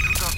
Tout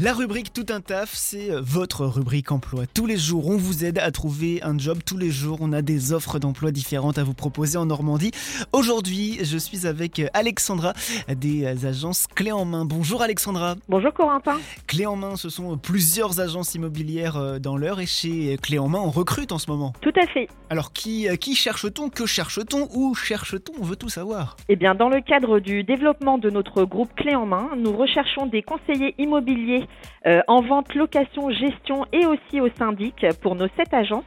La rubrique Tout un taf, c'est euh, votre rubrique emploi. Tous les jours, on vous aide à trouver un job. Tous les jours, on a des offres d'emploi différentes à vous proposer en Normandie. Aujourd'hui, je suis avec euh, Alexandra des euh, agences Clé en main. Bonjour Alexandra. Bonjour Corentin. Clé en main, ce sont euh, plusieurs agences immobilières euh, dans l'heure et chez Clé en main, on recrute en ce moment. Tout à fait. Alors qui, euh, qui cherche-t-on Que cherche-t-on Où cherche-t-on On veut tout savoir. Eh bien, dans le cadre du développement de notre groupe Clé en main, nous recherchons des conseillers immobiliers euh, en vente, location, gestion et aussi au syndic pour nos sept agences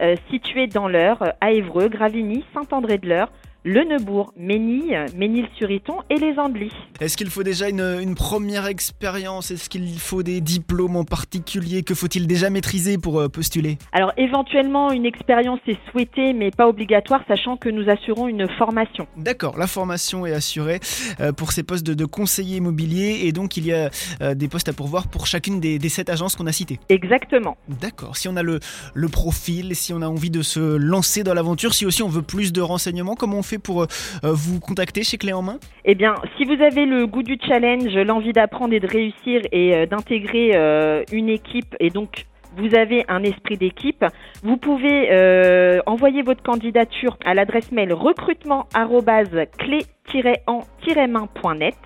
euh, situées dans l'heure à Évreux, Gravigny, Saint-André-de-l'Eure, Le Neubourg, Ménil, Ménil-sur-Iton et les Andelys. Est-ce qu'il faut déjà une, une première expérience Est-ce qu'il faut des diplômes en particulier Que faut-il déjà maîtriser pour euh, postuler Alors éventuellement, une expérience est souhaitée mais pas obligatoire, sachant que nous assurons une formation. D'accord, la formation est assurée euh, pour ces postes de, de conseiller immobilier et donc il y a euh, des postes à pourvoir pour chacune des, des sept agences qu'on a citées. Exactement. D'accord, si on a le, le profil, si on a envie de se lancer dans l'aventure, si aussi on veut plus de renseignements, comment on fait pour euh, euh, vous contacter chez Clé en main Eh bien, si vous avez le goût du challenge, l'envie d'apprendre et de réussir et euh, d'intégrer euh, une équipe et donc vous avez un esprit d'équipe, vous pouvez euh, envoyer votre candidature à l'adresse mail recrutement-clé-en-main.net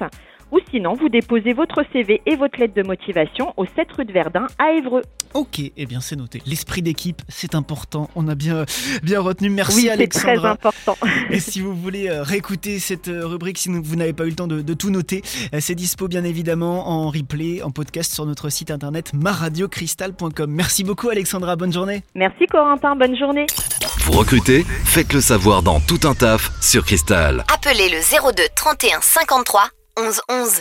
ou sinon vous déposez votre CV et votre lettre de motivation au 7 rue de Verdun à Évreux. Ok, eh bien c'est noté. L'esprit d'équipe, c'est important, on a bien, bien retenu. Merci oui, c'est très Alexandra. important. Et si vous voulez euh, réécouter cette euh, rubrique, si vous n'avez pas eu le temps de, de tout noter, euh, c'est dispo bien évidemment en replay, en podcast sur notre site internet maradiocristal.com. Merci beaucoup Alexandra, bonne journée. Merci Corentin, bonne journée. Vous recrutez Faites le savoir dans Tout un taf sur Cristal. Appelez le 02 31 53 11 11.